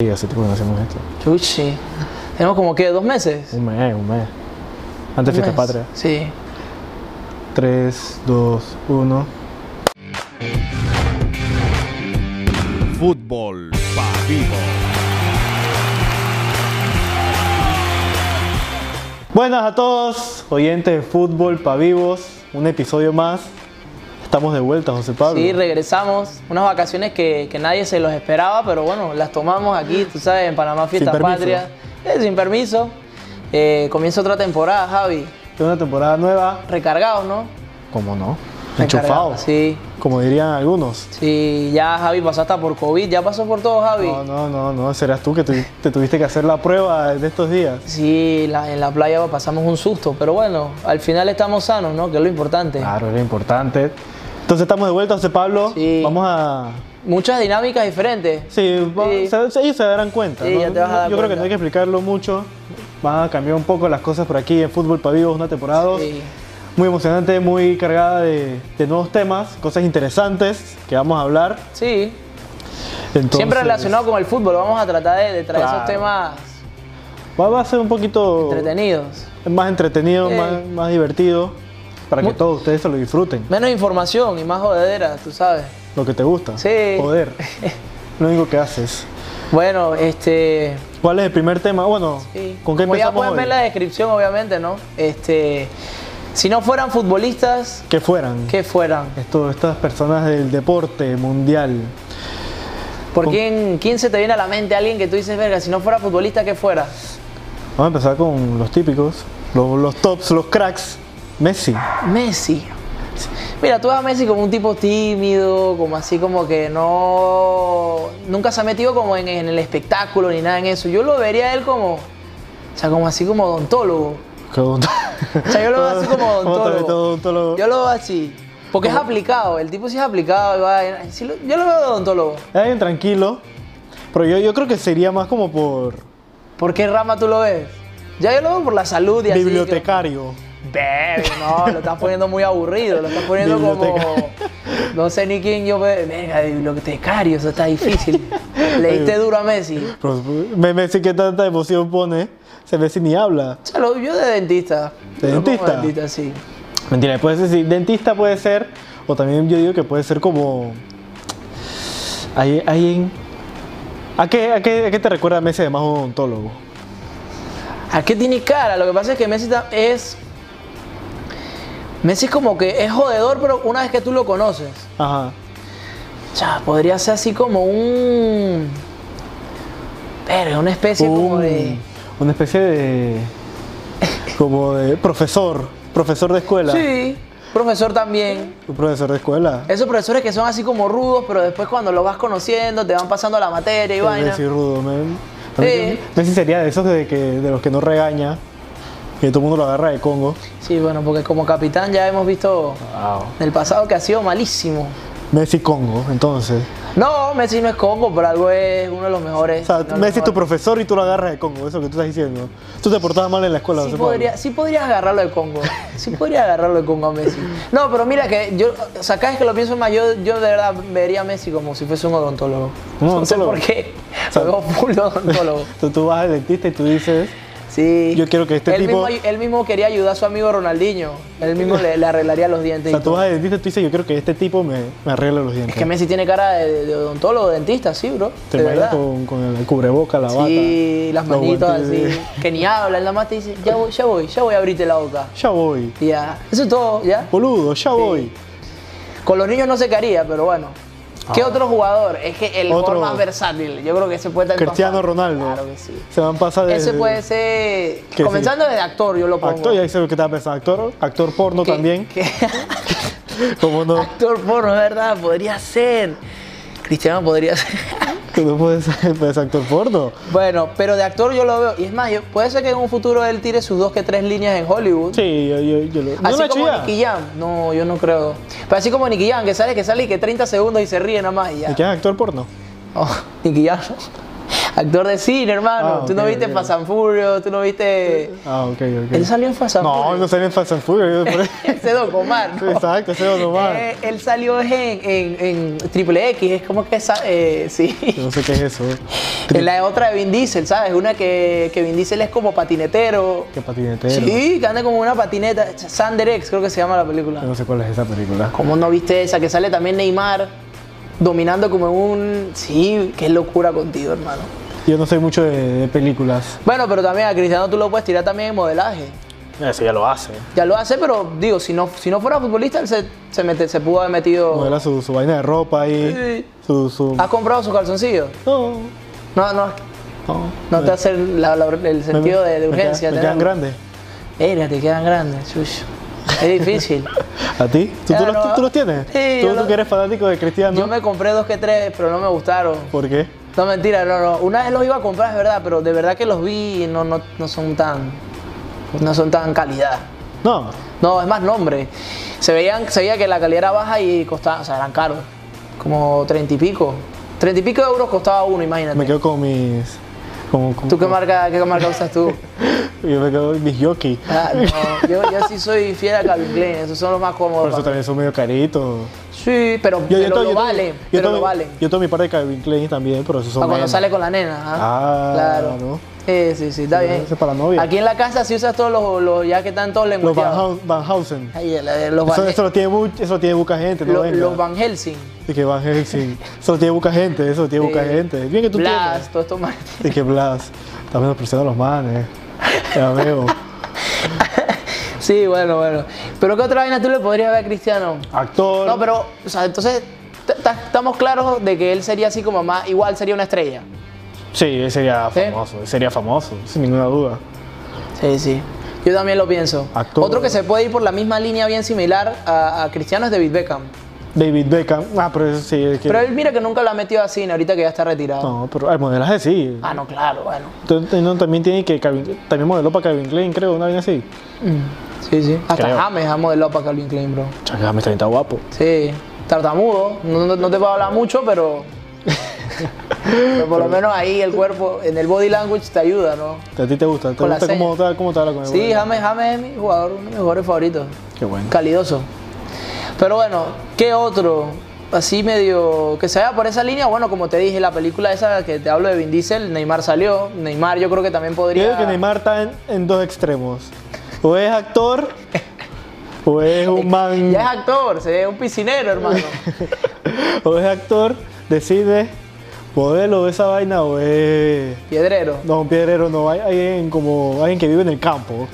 Y hace tiempo que no hacemos esto. Chuchi. Tenemos como que dos meses. Un mes, un mes. Antes Un Fiesta mes. Patria. Sí. 3, 2, 1. Fútbol pa' vivo. Buenas a todos, oyentes de Fútbol Pa' Vivos. Un episodio más. Estamos de vuelta, José Pablo. Sí, regresamos. Unas vacaciones que, que nadie se los esperaba, pero bueno, las tomamos aquí, tú sabes, en Panamá Fiesta permiso. Patria. Eh, sin permiso. Eh, comienza otra temporada, Javi. Es una temporada nueva. Recargados, ¿no? ¿Cómo no? Recargados, Enchufado. Sí. Como dirían algunos. Sí, ya Javi pasó hasta por COVID, ya pasó por todo, Javi. No, no, no, no. Serás tú que tu- te tuviste que hacer la prueba de estos días. Sí, la- en la playa pasamos un susto, pero bueno, al final estamos sanos, ¿no? Que es lo importante. Claro, era importante. Entonces estamos de vuelta, José Pablo. Sí. Vamos a. Muchas dinámicas diferentes. Sí, va- Sí. se- se- ellos se darán cuenta. Sí, ¿no? ya te vas a dar Yo creo que cuenta. no hay que explicarlo mucho. Van a cambiar un poco las cosas por aquí en Fútbol para Vivos, una temporada dos. Sí. Muy emocionante, muy cargada de, de nuevos temas, cosas interesantes que vamos a hablar. Sí, Entonces, Siempre relacionado con el fútbol, vamos a tratar de, de traer Claro. Oh. esos temas Va, va a ser un poquito entretenidos. más entretenido, Sí. más, más divertido, para que Mu- todos ustedes se lo disfruten. Menos información y más jodedera, tú sabes. Lo que te gusta. Sí. Poder. lo único que haces. Bueno, este. ¿Cuál es el primer tema? Bueno, sí. ¿con qué Como ya empezamos pueden hoy? ver en la descripción, obviamente, ¿no? Este. Si no fueran futbolistas, Que fueran. ¿qué fueran? Esto, estas personas del deporte mundial. ¿Por quién, quién se te viene a la mente alguien que tú dices, verga, si no fuera futbolista, ¿qué fuera? Vamos a empezar con los típicos, los, los tops, los cracks. Messi. Messi. Mira, tú ves a Messi como un tipo tímido, como así como que no... Nunca se ha metido como en, en el espectáculo ni nada en eso. Yo lo vería a él como... O sea, como así como odontólogo. Que odont- O sea, yo lo veo así como Vamos a traer todo odontólogo. odontólogo. Yo lo veo así. Porque es aplicado, el tipo sí es aplicado. y va- sí lo- yo lo veo de odontólogo. Es alguien tranquilo, pero yo, yo creo que sería más como por ¿Por qué rama tú lo ves? Ya yo lo veo por la salud y así. que- bibliotecario. Bebe, no, lo estás poniendo muy aburrido, lo estás poniendo como. Biblioteca. No sé ni quién yo. ve- Venga, bibliotecario, eso está difícil. Leíste duro a Messi. Pero me- Messi que tanta emoción pone, se Messi ni habla. O sea, lo vio de dentista. ¿De Lo pongo dentista? dentista, sí. Mentira, puede ser sí, dentista puede ser, o también yo digo que puede ser como alguien. alguien- ¿A qué, a, qué, ¿A qué te recuerda Messi además un odontólogo? ¿A qué tiene cara? Lo que pasa es que Messi ta- es. Messi es como que es jodedor, pero una vez que tú lo conoces. Ajá. O sea, podría ser así como un. Verga, una especie como Un- de. Una especie de. como de profesor. Profesor de escuela. Sí, Eh, profesor también. Un profesor de escuela. Esos profesores que son así como rudos, pero después cuando los vas conociendo te van pasando la materia y vaina. Eh. Messi rudo, man. Sí. Messi sería de esos de, que, de los que no regaña. Que todo el mundo lo agarra de Congo. Sí, bueno, porque como capitán ya hemos visto en el pasado que ha sido malísimo. Messi Congo, entonces. No, Messi no es Congo, pero algo es uno de los mejores. O sea, no el Messi es tu mejor. profesor y tú lo agarras de Congo, eso es lo que tú estás diciendo. Tú te portabas mal en la escuela, Sí, José Pablo. podría, sí podrías agarrarlo de Congo. Sí podrías agarrarlo de Congo a Messi. No, pero mira que yo, o sea, cada vez que lo pienso más, yo, yo de verdad vería a Messi como si fuese un odontólogo. Un No sé odontólogo. por qué. O sea, Lo veo full odontólogo. Tú, tú vas al dentista y tú dices, Sí. Yo quiero que este él tipo- Mismo, él mismo quería ayudar a su amigo Ronaldinho. Él mismo le, le arreglaría los dientes. o y sea, tú todo. vas al dentista y tú dices, yo quiero que este tipo me, me arregle los dientes. Es que Messi tiene cara de, de odontólogo, de dentista, sí, bro. Te de imaginas verdad. con, con el cubreboca, la bata. Sí, las los manitas guantes así. de- Que ni habla, él nada más te dice, ya voy, ya voy, ya voy a abrirte la boca. Ya voy. Y Ya. Eso es todo, ¿ya? Boludo, ya voy. Con los niños no se caría, pero bueno. ¿Qué otro jugador? Es que el Ah. Otro- jugador más versátil. Yo creo que se puede estar en todas Cristiano partes. Ronaldo. Claro que sí. Se van a pasar de. Ese puede ser. Que sí. Comenzando desde actor, yo lo pongo. Actor, ya sé lo que estaba pensando. Actor, actor porno Que- también. que- ¿Cómo no? Actor porno, es verdad, podría ser. Cristiano podría ser. Tú no puedes ser pues, actor porno. Bueno, pero de actor yo lo veo. Y es más, yo- puede ser que en un futuro él tire sus dos que tres líneas en Hollywood. Sí, yo, yo, yo lo. ¿No Así lo he hecho como ya? Nicky Jam. No, yo no creo. Pero así como Nicky Jam, que sale, que sale y que 30 segundos y se ríe nada más y ya. ¿Y qué es actor porno? No, Nicky Jam no. Actor de cine, hermano. Ah, tú no ok, viste ok. Fast and Furious, tú no viste. Ah, ok, ok. Él salió en Fast and No, Furious. no salió en Fast and Furious. por ahí. Ese Docomar. ¿no? Exacto, ese es nomás. Eh, él salió en, en, en Triple X, es como que esa. eh, sí. Yo no sé qué es eso. En la otra de Vin Diesel, ¿sabes? Una que, que Vin Diesel es como patinetero. Qué patinetero. Sí, que anda como una patineta. Sander X, creo que se llama la película. Yo No sé cuál es esa película. ¿Cómo no viste esa? Que sale también Neymar dominando como en un. Sí, qué locura contigo, hermano. Yo no sé mucho de, de películas. Bueno, pero también a Cristiano tú lo puedes tirar también en modelaje. Ah, Eso ya lo hace. Ya lo hace, pero digo, si no, si no fuera futbolista, él se, se, mete- se pudo haber metido. Modela su, su vaina de ropa ahí. Sí. Ah. Su, su... ¿Has comprado sus calzoncillos? No, No, no, no. no te hace la- la- el Me- sentido de, de me queda- urgencia. Me quedan tenerlo. grandes. Era, te quedan grandes, chucho. Es difícil. ¿A ti? ¿Tú, Ya tú no los, va. tú los tienes? Sí, ¿Tú, yo tú lo- que eres fanático de Cristiano? Yo me compré dos que tres, pero no me gustaron. ¿Por qué? No, mentira, no, no. Una vez los iba a comprar, es verdad, pero de verdad que los vi y no, no, no son tan. No son tan calidad. No. No, es más nombre. Se veían, se veía que la calidad era baja y costaba, o sea, eran caros. Como treinta y pico. Treinta y pico de euros costaba uno, imagínate. Me quedo con mis. Como, como- ¿Tú qué marca, qué marca usas tú? Yo me quedo con mis jockey. Ah, no, yo, yo sí soy fiel a Calvin Klein, esos son los más Por cómodos. eso para mí. también son medio caritos. Sí, pero, pero tengo- lo tengo- valen, yo pero tengo- lo valen. Yo tengo mi par de Calvin Klein también, pero esos son. Ah, cuando menos. sale con la nena, ajá. Ah, claro. ¿no? Sí, sí, sí, está Sí, bien. ese es para la novia. Aquí en la casa sí usas todos los, los- ya que están todos Los Van, lenguajeados. Hau- Van Hausen. Ay, el- el- los Eso, Van, eso lo tiene mu- eso lo tiene poca gente, no lo- venga. los Van Helsing. Así que Van Helsing. Eso lo tiene poca gente, eso lo tiene poca Sí. gente. Bien que tú Blas, tienes. todo esto mal. Así que Blas. Estás menospreciando a los manes. Ya veo. Sí, bueno, bueno. Pero ¿qué otra vaina tú le podrías ver a Cristiano? Actor. No, pero, o sea, entonces, t- t- estamos claros de que él sería así como más, igual sería una estrella. Sí, él sería ¿Sí? famoso. él Sería famoso, sin ninguna duda. Sí, sí. Yo también lo pienso. Actor. Otro que se puede ir por la misma línea bien similar a, a Cristiano es David Beckham. David Beckham. Ah, pero eso sí. Es que, Pero él mira que nunca la ha metido a cine, ahorita que ya está retirado. no, pero el modelaje sí. Ah, no, claro, bueno. Entonces, no, también tiene que. Calvin- también modeló para Calvin Klein, creo, una vez así. Mm. Sí, sí. Hasta Creo. James ha modelado para Calvin Klein, bro. Chaca, me está bien, está guapo. Sí. Tartamudo, no, no- no te puedo hablar mucho, pero... pero por lo menos ahí el cuerpo, en el body language te ayuda, ¿no? ¿A ti te gusta? ¿Te Con la gusta cómo, seña. te- cómo te habla con el Sí, modelo? James, James es mi jugador, uno de mis jugadores favoritos. Qué bueno. Calidoso. Pero bueno, ¿qué otro? Así medio que se vaya por esa línea. Bueno, como te dije, la película esa que te hablo de Vin Diesel, Neymar salió. Neymar yo creo que también podría... Creo que Neymar está en, en dos extremos. O es actor, o es un man. Ya es actor, se ve un piscinero, hermano. O es actor, decide, modelo de esa vaina, o es. Piedrero. No, un piedrero, no. Hay alguien como. Alguien que vive en el campo.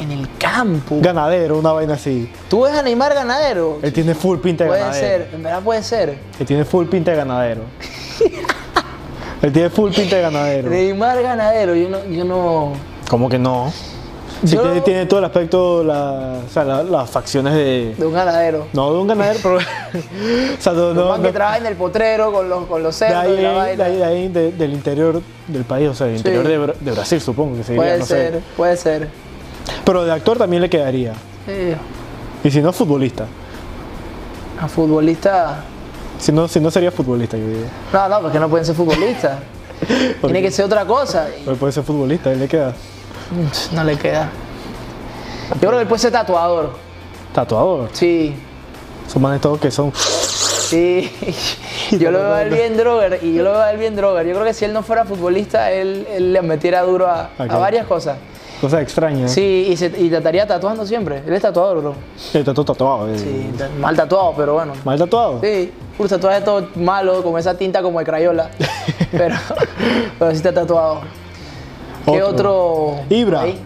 En el campo. Ganadero, una vaina así. ¿Tú ves a Neymar ganadero? Él tiene full pinta de Puede Este ganadero. ser, en verdad puede ser. Él tiene full pinta de ganadero. Él tiene full pinta de ganadero. Neymar ganadero, yo no, yo no. ¿Cómo que no? Sí, Yo- tiene, tiene todo el aspecto, la- o sea, la- las facciones de. De un ganadero. No, de un ganadero, pero. o sea, no, Un no, man que no- trabaja en el potrero con los, con los de cerdos ahí, y la de vaina. ahí- de ahí de- del interior del país, o sea, del interior de, Bra- de Brasil, supongo que se diría, puede no ser, sé. puede ser. Pero de actor también le quedaría. Sí, Y si no, futbolista. a futbolista. Si no, si no sería futbolista, yo digo. No, no, porque no pueden ser futbolistas. Tiene que ser otra cosa. Pero puede ser futbolista, él le queda. Mm, No le queda. Yo creo que él puede ser tatuador. Tatuador. Sí, Son manes todos que son. sí. Yo lo veo a él bien droger y yo lo veo a él bien droger. Yo creo que si él no fuera futbolista, él, él le metiera duro a, a Ok. varias cosas. cosas extrañas. Sí, y, se, y te estaría tatuando siempre. Él es tatuador, bro. El tatu tatuado. eh. Sí, ta- mal tatuado, pero bueno. Mal tatuado. Sí, un tatuaje todo malo, con esa tinta como de crayola. Pero, pero sí está tatuado. ¿Qué otro? Ibra. ahí?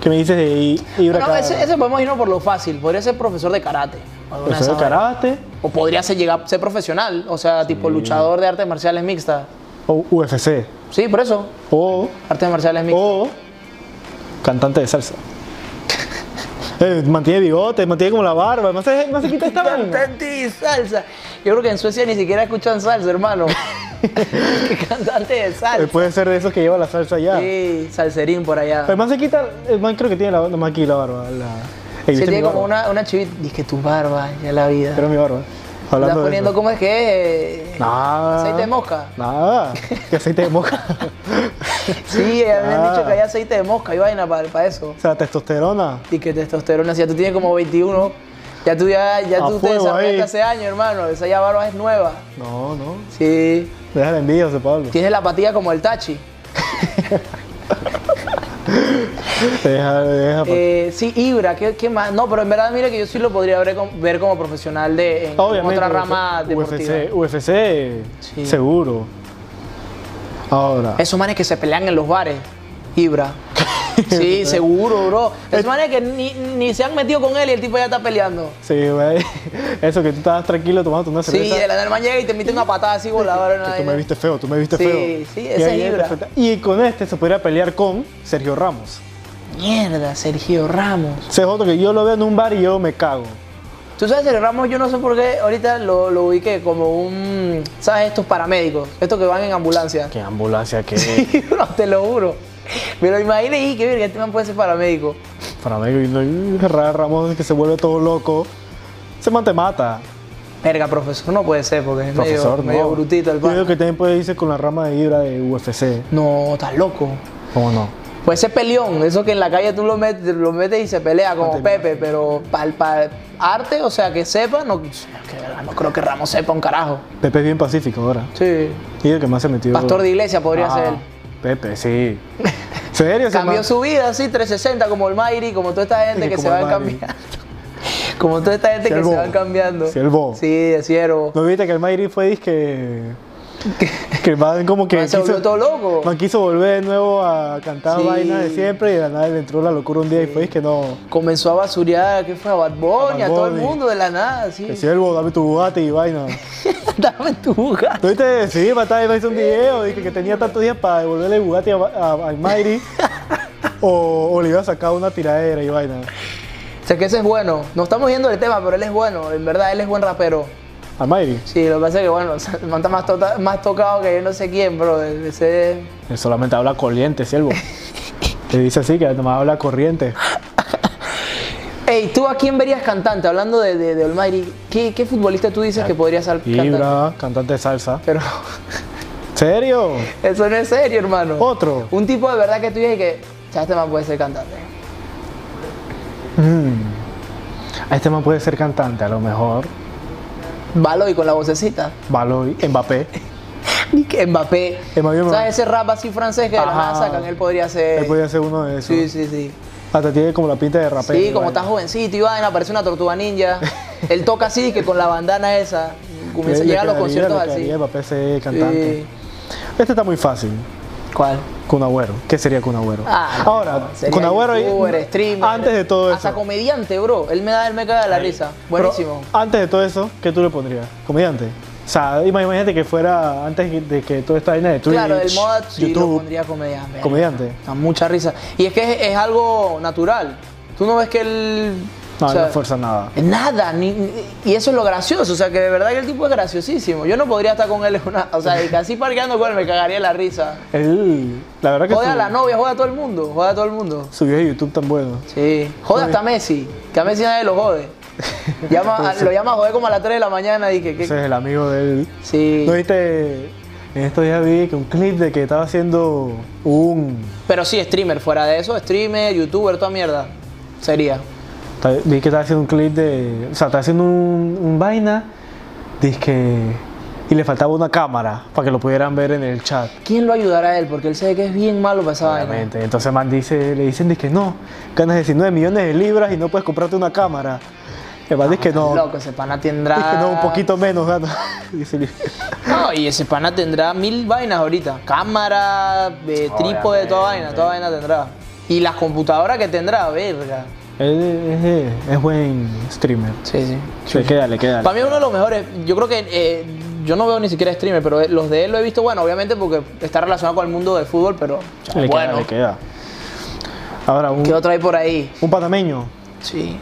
¿Qué me dices de I- Ibra? No, Cara? ese, ese podemos irnos por lo fácil. Podría ser profesor de karate. o alguna de Profesor esas de karate vainas. O podría ser, llegar, ser profesional, o sea, tipo luchador de artes marciales mixtas. o UFC. Sí, por eso. O, Artes marciales mixtas. o cantante de salsa. Eh, mantiene bigote, mantiene como la barba, no se, no se quita esta vaina. Cantante de salsa. Yo creo que en Suecia ni siquiera escuchan salsa, hermano. Cantante de Eh, salsa. puede ser de esos que lleva la salsa allá. Sí, salserín por allá. Además se quita, el man creo que tiene la, nomás aquí la barba. La, Eh, ¿viste Sí, mi tiene como barba? una, una chivita. Dije, tu barba, ya la vida. Era mi barba. Estás Hablando de poniendo eso. como es que es? Nada. aceite de mosca. Nada. ¿Qué aceite de mosca? Sí, me han dicho Ah. que hay aceite de mosca y vaina para, para eso. o sea, testosterona. Y que testosterona, si ya tú tienes como 21, ya tú ya, ya A tú te fuego ahí. desarrollaste hace años, hermano. Esa ya barba es nueva. No, no. Sí. Deja la envidia, José Pablo. Tienes la patilla como el Tachi. Deja, deja. Eh, sí, Ibra, ¿qué, qué más? No, pero en verdad, mira que yo sí lo podría ver como, ver como profesional de en- en Obviamente. otra rama UFC, deportiva. UFC, UFC Sí. Eh. seguro. Ahora. Esos manes que se pelean en los bares, Ibra. Sí, seguro, bro. Esos manes que ni, ni se han metido con él y el tipo ya está peleando. Sí, güey. Eso que tú estabas tranquilo tomando una Sí, cerveza. de la nada el man llega y te mete una patada así voladora. una que tú me vaina. viste feo, tú me viste Sí, feo. sí, Y ese ahí es entra Ibra. frente- Y con este se podría pelear con Sergio Ramos. Mierda, Sergio Ramos. Ese es otro que yo lo veo en un bar y yo me cago. Tú sabes, Sergio Ramos, yo no sé por qué ahorita lo, lo ubiqué como un. ¿Sabes? Estos paramédicos, estos que van en ambulancia. Qué ambulancia, qué Sí, bro, te lo juro. Me lo imaginé y que verga, este man puede ser paramédico. Para mí, no- Ra- Ramos que se vuelve todo loco. Se man te mata. Verga, profesor, no puede ser porque es medio- Profesor, medio, no. brutito el Yo digo pan. que también puede irse con la rama de Ibra de UFC. No, estás loco. ¿Cómo no? Puede ser peleón, eso que en la calle tú lo metes, lo metes y se pelea como te Pepe, pero para arte, o sea, que sepa, no, que verga, no creo que Ramos sepa un carajo. Pepe es bien pacífico ahora. Sí. Y el que más se metió. Pastor de iglesia podría Ah, ser él. Pepe, sí. ¿Serio? ese Cambió man? su vida así, 360, como el Mayri, como toda esta gente Sí, que se como el van Mayri. cambiando. Como toda esta gente que Ciervo. se van cambiando. Ciervo. Sí, de ciervo. ¿No viste que el Mayri fue disque... Que van como que Man, se volvió todo loco. man quiso volver de nuevo a cantar Sí. vainas de siempre y de la nada le entró la locura un día y fue que no. Comenzó a basurear, ¿qué fue? A Bad Bunny, a, A Bad todo el Bunny. mundo de la nada, sí. Que siervo, dame tu Bugatti y vaina. Dame tu gato. ¿No viste? Sí, Batalla me hizo un video dije que tenía tantos días para devolverle el Bugatti a, a, al Mayri o, o le iba a sacar una tiradera y vaina. O sea que ese es bueno. No estamos yendo del tema, pero él es bueno. En verdad, él es buen rapero. Al Mayri. Sí, lo que pasa es que, bueno, el man está más, tota- más tocado que yo no sé quién, bro. Ese... Él solamente habla corriente, siervo. Le dice así, que nomás habla corriente. Ey, ¿tú a quién verías cantante? Hablando de, de, de Almighty, ¿qué, qué futbolista tú dices que podría ser cantante? Ibra, cantante de salsa. Pero ¿Serio? eso no es serio, hermano. Otro. Un tipo de verdad que tú dices que, ya este man puede ser cantante. A Este man puede ser cantante, a lo mejor. Baloy con la vocecita. Baloy, Mbappé. Ni que Mbappé. Mbappé, Mbappé. ¿Sabes ese rap así francés que de la Ajá. nada sacan? Él podría ser. Él podría ser uno de esos. Sí, sí, sí. Hasta tiene como la pinta de rapero. Sí, y como vaina. está jovencito y vaina, parece una tortuga ninja. Él toca así, que con la bandana esa, Le- comienza a le llegar a quedaría- los le conciertos así. quedaría Mbappé ser cantante. Sí. Este está muy fácil. ¿Cuál? Kun Agüero. ¿Qué sería Kun Agüero? Ah, Ahora, Sería Kun Agüero youtuber, streamer, antes de todo Hasta eso. comediante, bro. Él me da, él me caga de la risa. Pero Buenísimo. antes de todo eso, ¿qué tú le pondrías? Comediante. O sea, ima- imagínate que fuera antes de que toda esta vaina de Twitch, claro, el moda sí lo YouTube, pondría comediante. comediante. Da mucha risa. Y es que es, es algo natural. Tú no ves que él. No, o sea, no fuerza nada. Nada, ni- ni- y eso es lo gracioso, o sea que de verdad que el tipo es graciosísimo. Yo no podría estar con él en una. O sea, de que así parqueando con él me cagaría la risa. Él, la verdad que Jode a su- la novia, jode a todo el mundo, jode a todo el mundo. su video de YouTube tan bueno. Sí, jode hasta a Messi, que a Messi nadie lo jode. Llama, a- lo llama a joder como a las 3 de la mañana y que. que- Ese es el amigo de él. sí. ¿No viste? En estos días vi que un clip de que estaba haciendo un... Pero sí, streamer, fuera de eso, streamer, youtuber, toda mierda. Sería. Ta- Vi que estaba haciendo un clip de. O sea, estaba haciendo un, un vaina. Dizque. Y le faltaba una cámara para que lo pudieran ver en el chat. ¿Quién lo ayudará a él? Porque él sabe que es bien malo para esa vaina. Obviamente. Entonces man dice, le dicen que no, ganas 19 millones de libras y no puedes comprarte una cámara. El man dice que no. Loco, ese pana tendrá. Dice que no, un poquito menos gana. Dice, No, y ese pana tendrá mil vainas ahorita. Cámara, eh, trípode, toda vaina, toda vaina tendrá. Y las computadoras que tendrá, verga. él es, es buen streamer. Sí, sí. Le queda, le queda. Para mí es uno de los mejores. Yo creo que eh, yo no veo ni siquiera streamer, pero los de él lo he visto, bueno, obviamente porque está relacionado con el mundo del fútbol, pero Le queda, bueno. le queda. Ahora, ¿Qué un, otro hay por ahí? un panameño, Sí.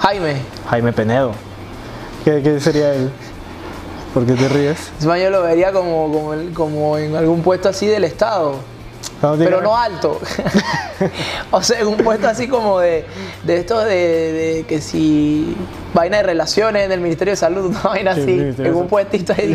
Jaime. Jaime Penedo. ¿Qué, qué sería él? ¿Por qué te ríes? Ese man yo lo vería como, como, el- como en algún puesto así del Estado. Cuando pero digan- no alto. o sea, en un puesto así como de, de esto de, de que si vaina de relaciones en el Ministerio de Salud, una vaina Sí, así, Ministerio de en un Salud. puestito ahí.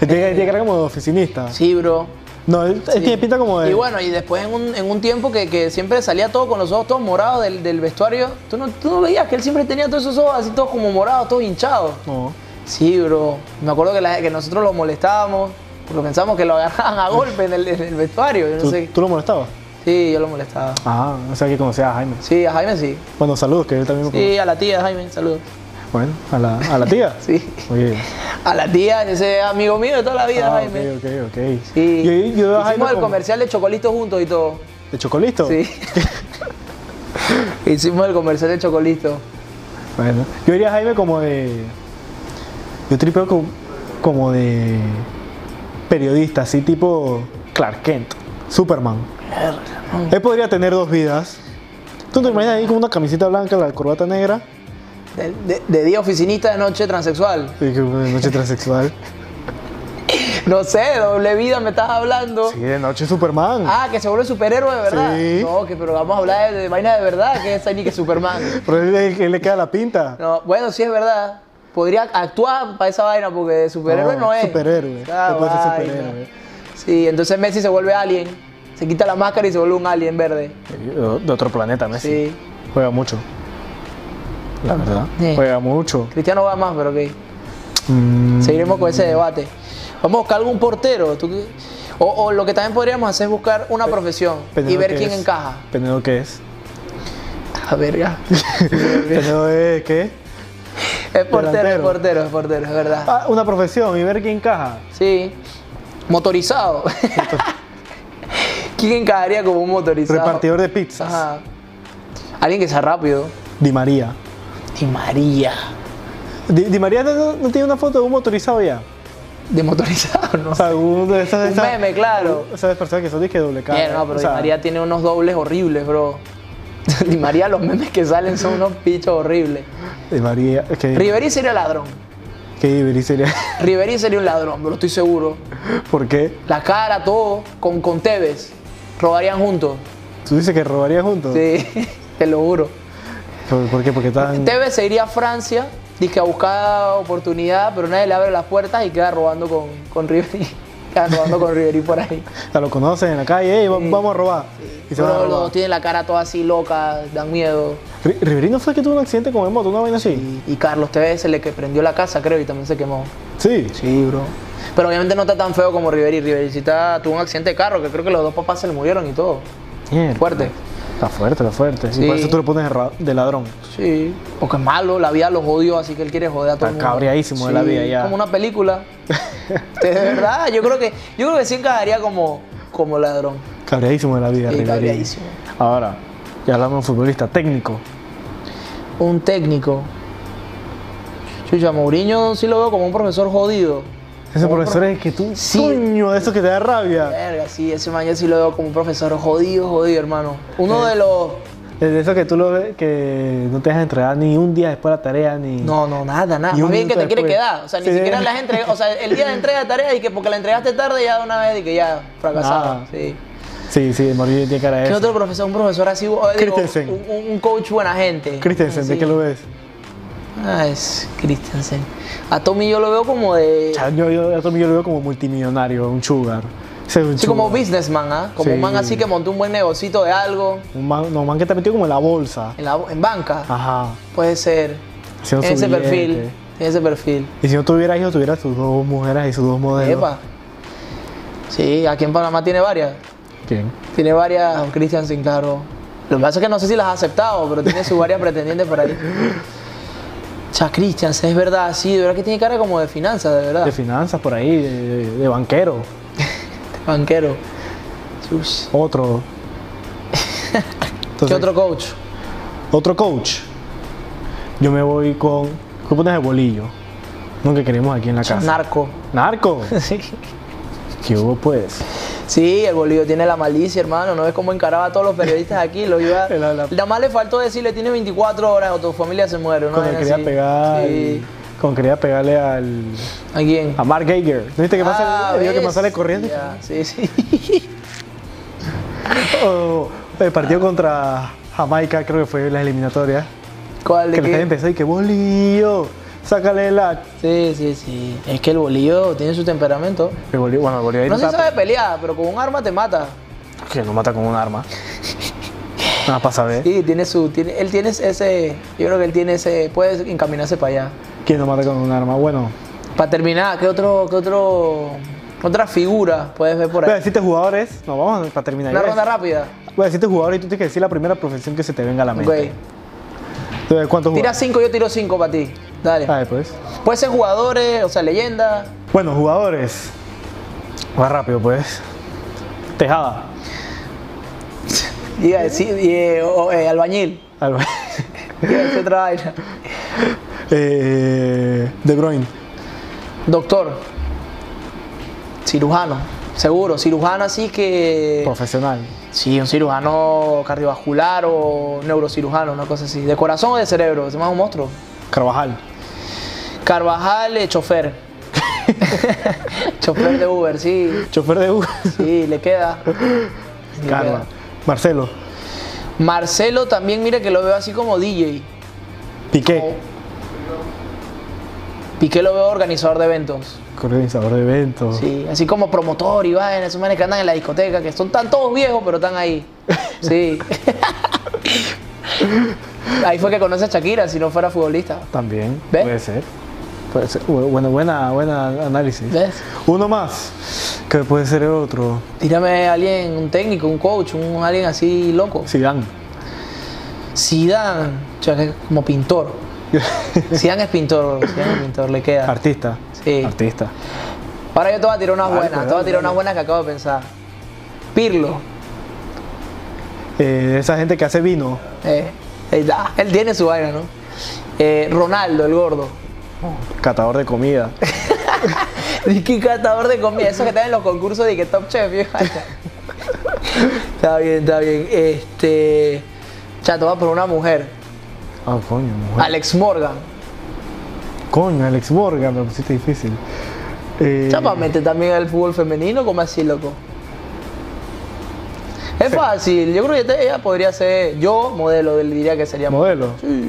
Tiene, tiene cara como de oficinista. sí, bro. No, él, él Sí. tiene pinta como de. Y bueno, y después en un, en un tiempo que, que siempre salía todo con los ojos todos morados del, del vestuario, ¿tú no, tú no veías que él siempre tenía todos esos ojos así todos como morados, todos hinchados. No. Sí, bro. Me acuerdo que, la- que nosotros lo molestábamos porque pensábamos que lo agarraban a golpe en el, en el vestuario. Yo no ¿Tú, sé. tú lo molestabas? Sí, yo lo molestaba. Ah, o sea que conocías a Jaime. Sí, a Jaime sí. Bueno, saludos, que él también me conoce. Sí, a la tía, Jaime, saludos. Bueno, a la, a la tía. Sí. Oye. A la tía, ese amigo mío de toda la vida, Ah, Jaime. ok, ok, ok. Sí. Yo, yo a Hicimos Jaime el como- comercial de Chocolito juntos y todo. ¿De Chocolisto? Sí. Hicimos el comercial de Chocolito. Bueno, yo diría Jaime como de. Yo tripeo co- como de. Periodista, así tipo Clark Kent, Superman. Él podría tener dos vidas. ¿Tú te imaginas ahí con una camiseta blanca, la corbata negra? De, de- de día oficinista, de noche transexual. Y que una noche transexual. No sé, doble vida me estás hablando. Sí, de noche Superman. Ah, que se vuelve superhéroe de verdad. Sí. No, que pero vamos a hablar de, de vaina de verdad, que es ahí ni que Superman. Pero él, le- él le queda la pinta. No, bueno, sí es verdad. Podría actuar para esa vaina porque de superhéroe no, No, es. superhéroe. Ah, No puede ser vaina. superhéroe. Sí, entonces Messi se vuelve alien. Se quita la máscara y se vuelve un alien verde. De otro planeta, Messi. Sí. Juega mucho. La verdad. Sí. Juega mucho. Cristiano va más, pero ok. Mm, Seguiremos con ese debate. Vamos a buscar algún portero. ¿tú qué? O, o lo que también podríamos hacer es buscar una profesión y Pendejo ver que quién es. encaja. Pendejo que es. A verga. Pendejo es que. Es portero, es Delantero. portero, es portero, es verdad. Ah, una profesión y ver quién encaja. Sí. Motorizado. ¿Quién encajaría como un motorizado? Repartidor de pizzas. Ajá. Alguien que sea rápido. Di María. Y María. Di, Di María no, no tiene una foto de un motorizado ya. De motorizado, ¿no? O sea, uno de esas. Un esas- meme, claro. o sea, de personas que son disque doble cara. Bien, no, pero o sea, Di María tiene unos dobles horribles, bro. Di María, los memes que salen son unos pichos horribles. Di María. es Que, Riveri sería ladrón. que Di María sería. Riveri sería un ladrón, bro, estoy seguro. ¿Por qué? La cara, todo, con, con Tevez. Robarían juntos. Tú dices que robaría juntos. Sí, te lo juro. ¿Por, por qué? Porque están. Tevez se iría a Francia, dice a buscar oportunidad, pero nadie le abre las puertas y queda robando con, con Riveri. Queda robando con Riveri por ahí. O sea, lo conocen en la calle. "Ey, va- vamos a robar. Y se van a Bro, robar. los tienen la cara toda así loca, dan miedo. Ri- Riverino fue que tuvo un accidente con el moto, una vaina así. Y, y Carlos Tevez se le que prendió la casa, creo, y también se quemó. Sí. Sí, bro. Pero obviamente no está tan feo como Riveri. Riveri sí está- tuvo un accidente de carro, que creo que los dos papás se le murieron y todo. Mierda. Fuerte. Está fuerte, está fuerte. Sí. Y por eso tú lo pones de ra- de ladrón. Sí. Porque es malo, la vida los odió, así que él quiere joder a todo Está el mundo. cabreadísimo de la vida ya. Como una película. de verdad, yo creo que, yo creo que sí encajaría como, como ladrón. Cabreadísimo de la vida, Sí, Riverino. cabreadísimo. Ahora, ya hablamos de un futbolista técnico. Un técnico. Chucha, Mourinho sí lo veo como un profesor jodido. Ese profesor es el que tú, Sí. coño, de esos que te da rabia. Verga, sí, ese man yo sí lo veo como un profesor jodido, jodido, hermano. Uno de los. De esos que tú lo ves, que no te dejas entregar ni un día después la tarea, ni. No, no, nada, nada. Y Más un bien que te minuto quiere después. quedar. O sea, ni Sí. siquiera las entregas. O sea, el día de entrega de tareas y que porque la entregaste tarde ya de una vez y que ya fracasado. Nada. Sí. Sí, sí, Mourinho tiene cara de ¿Qué eso. otro profesor? Un profesor así, o- digo, Christensen. un- un, un coach buena gente. Christensen, ¿de Sí. qué lo ves? Ah, es Christensen. A Tommy yo lo veo como de. Cha, Yo, yo, a Tommy yo lo veo como multimillonario, un sugar. Ese es un Sí, como sugar. businessman, ¿ah? Como un man Sí. así que montó un buen negocito de algo Un man, no, un man que está metido como en la bolsa. en, la, en banca. Ajá. Puede ser. Haciendo Tiene Ah. su ese perfil. billete. Tiene ese perfil. Y si no tuviera hijos, tuviera sus dos mujeres y sus dos modelos. Epa. Sí, aquí en Panamá tiene varias. ¿Quién? Tiene Ah. varias Christiansen, claro. Lo que pasa es que no sé si las ha aceptado, pero tiene sus varias pretendientes por ahí. Cha Christiansen, es verdad, sí, de verdad que tiene cara como de finanzas, de verdad. De finanzas por ahí, de, de- de banquero. Banquero. Ush. Otro. ¿Qué Entonces, otro coach? Otro coach. Yo me voy con. ¿Qué pones de bolillo? No que queremos aquí en la casa. Narco. Narco. Sí. ¿Qué hubo pues? Sí, el bolillo tiene la malicia, hermano. No ves cómo encaraba a todos los periodistas aquí. Lo iba. El habla- Nada más le faltó decirle: tienes 24 horas o tu familia se muere. ¿no? Cuando quería pegar. Cuando quería pegarle al. ¿A quién? A Mark Geiger. ¿No viste que pasa? Ah, el video que ¿ves? más sale corriendo? Ya, Sí, sí. O Oh, el partido contra Jamaica, creo que fue la eliminatoria. ¿Cuál de Que la gente qué? empezó y que bolillo, sácale la. Sí, sí, sí. Es que el bolillo tiene su temperamento. El bolillo, bueno, el bolillo ahí No no, se está, sabe pelear, pero con un arma te mata. Que lo mata con un arma. Nada pasa a ver. Sí, tiene su, tiene, él tiene ese, yo creo que él tiene ese, puede encaminarse para allá. ¿Quién lo mata con un arma? Bueno. Para terminar, ¿qué otro, qué otro, otra figura puedes ver por Voy a ahí? decirte jugadores. No, vamos para terminar. Una Voy a ronda rápida. decir- Voy a decirte jugadores y tú tienes que decir la primera profesión que se te venga a la mente. Ok. Entonces, ¿Cuántos Tira jugadores? 5, yo tiro 5 para ti. Dale. Ah, pues. Puede ser jugadores, o sea, leyendas. Bueno, jugadores. Va rápido, pues. Tejada. Iba a decir, y, eh, o, eh, albañil. Alba- Iba a decir otra vaina. Eh, De Bruyne. Doctor. Cirujano. Seguro, cirujano así que. Profesional. Sí, un cirujano cardiovascular o neurocirujano, una cosa así. ¿De corazón o de cerebro? Ese más es un monstruo. Carvajal. Carvajal, eh, chofer. chofer de Uber, sí. Chofer de Uber. Sí, le queda. Le Carva. queda. Marcelo. Marcelo también, mire que lo veo así como DJ. Piqué. Piqué lo veo organizador de eventos. Organizador de eventos. Sí, así como promotor y vaina, esos manes que andan en la discoteca, que son tan todos viejos, pero están ahí. Sí. ahí fue que conoce a Shakira, si no fuera futbolista. También. ¿Ve? Puede ser. Puede ser. Bu- Bueno, buena, buena análisis. ¿Ves? Uno más. Que puede ser el otro. Tírame a alguien, un técnico, un coach, un alguien así loco. Zidane. Zidane, o sea, que es como pintor. Zidane es pintor, Zidane es pintor, le queda. Artista. Sí. Artista. Ahora yo te voy a tirar unas Dale, buenas, pues, te voy a dale, tirar unas dale. buenas que acabo de pensar. Pirlo, Eh, esa gente que hace vino. eh, ahí está, él tiene su vaina, ¿no? Eh, Ronaldo, el gordo. Catador de comida. Y qué catador de comida, eso que están en los concursos de que Top Chef, vieja. está bien, está bien. Este. Chato, va por una mujer. Ah, coño, mujer. Alex Morgan. Coño, Alex Morgan, me lo pusiste difícil. Eh, Chapa, mete también al fútbol femenino, como así, loco. Es fácil, yo creo que esta- ella podría ser. Yo, modelo, le diría que sería modelo. modelo.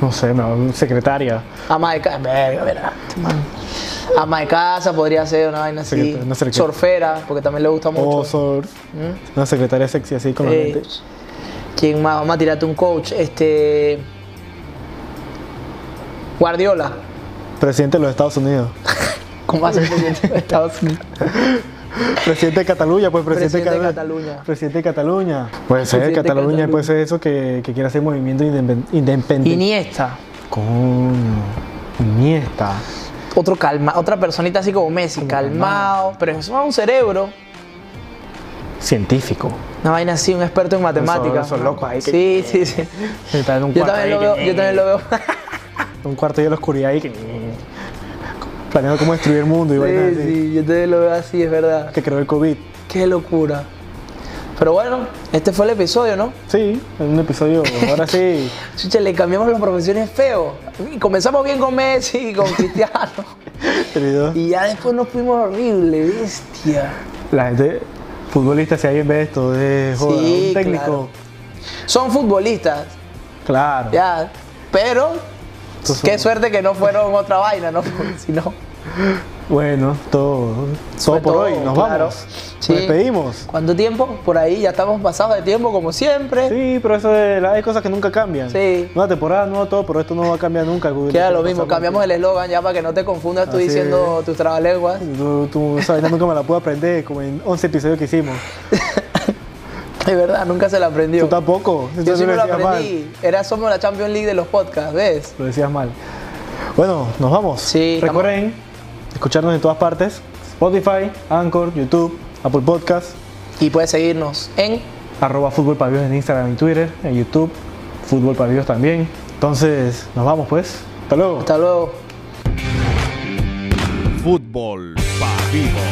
No sé, no, secretaria. Ama de casa, verga, verga. este man. Ama de casa podría ser una vaina así. Secretaria, Oh, no sé qué. Surfera, porque también le gusta mucho. O sor- una secretaria sexy así con la Eh, gente. ¿Quién más? Vamos a tirarte un coach. Este. Guardiola. Presidente de los Estados Unidos. ¿Cómo va a ser presidente de Estados Unidos? Presidente de Cataluña, pues presidente, Presidente de Cata- Cataluña. Presidente de Cataluña. Puede ser, Presidente de Pues, eh, Cataluña, Cataluña. puede ser eso que, que quiera hacer movimiento indepen- independiente. Iniesta. Coño. Iniesta. Otro calma, otra personita así como Messi, calmado. Pero eso es un cerebro. Científico. Una vaina así, un experto en matemáticas. esos locos ahí Sí, que- sí, sí. Está en un Yo cuarto también, lo ahí veo, que- yo también lo veo. Un cuarto ahí en la oscuridad y que. Planeando cómo destruir el mundo y vainas Sí, así. sí, yo también lo veo así, es verdad. Que creó el COVID. Qué locura. Pero bueno, este fue el episodio, ¿no? Sí, en un episodio. Ahora sí. Chucha, le cambiamos las profesiones feo. Y comenzamos bien con Messi y con Cristiano. querido. y ya después nos fuimos horrible, bestia. La gente futbolista, si alguien ve esto, de joda, Sí, un técnico. Son futbolistas, Claro. ya. Pero, Estos son- qué suerte que no fueron otra vaina, ¿no? Porque Si no, Bueno, todo, todo Fue por todo, hoy. Nos claro. vamos. Sí. Nos despedimos. ¿cuánto tiempo? Por ahí ya estamos pasados de tiempo, como siempre. Sí, pero eso de la- hay cosas que nunca cambian. Sí. Nueva temporada, nuevo todo, pero esto no va a cambiar nunca. Google. Queda Esto lo va a mismo, pasar cambiamos el eslogan ya para que no te confundas tú Así diciendo tus trabalenguas. nunca. Tú, tú esa vaina nunca me la pude aprender, como en 11 episodios que hicimos. Es verdad, nunca se la aprendió. Tú tampoco. Yo Entonces sí me lo decías aprendí. Era somos la Champions League de los podcasts, ¿ves? mal. Lo decías mal. Bueno, nos vamos. Sí, estamos- Recuerden escucharnos en todas partes. Spotify, Anchor, YouTube, Apple Podcasts. Y puedes seguirnos en arroba Fútbol Pavios en Instagram y Twitter, en YouTube, Fútbol Pavios también. Entonces, nos vamos pues. Hasta luego. Hasta luego. Fútbol pa' vivo.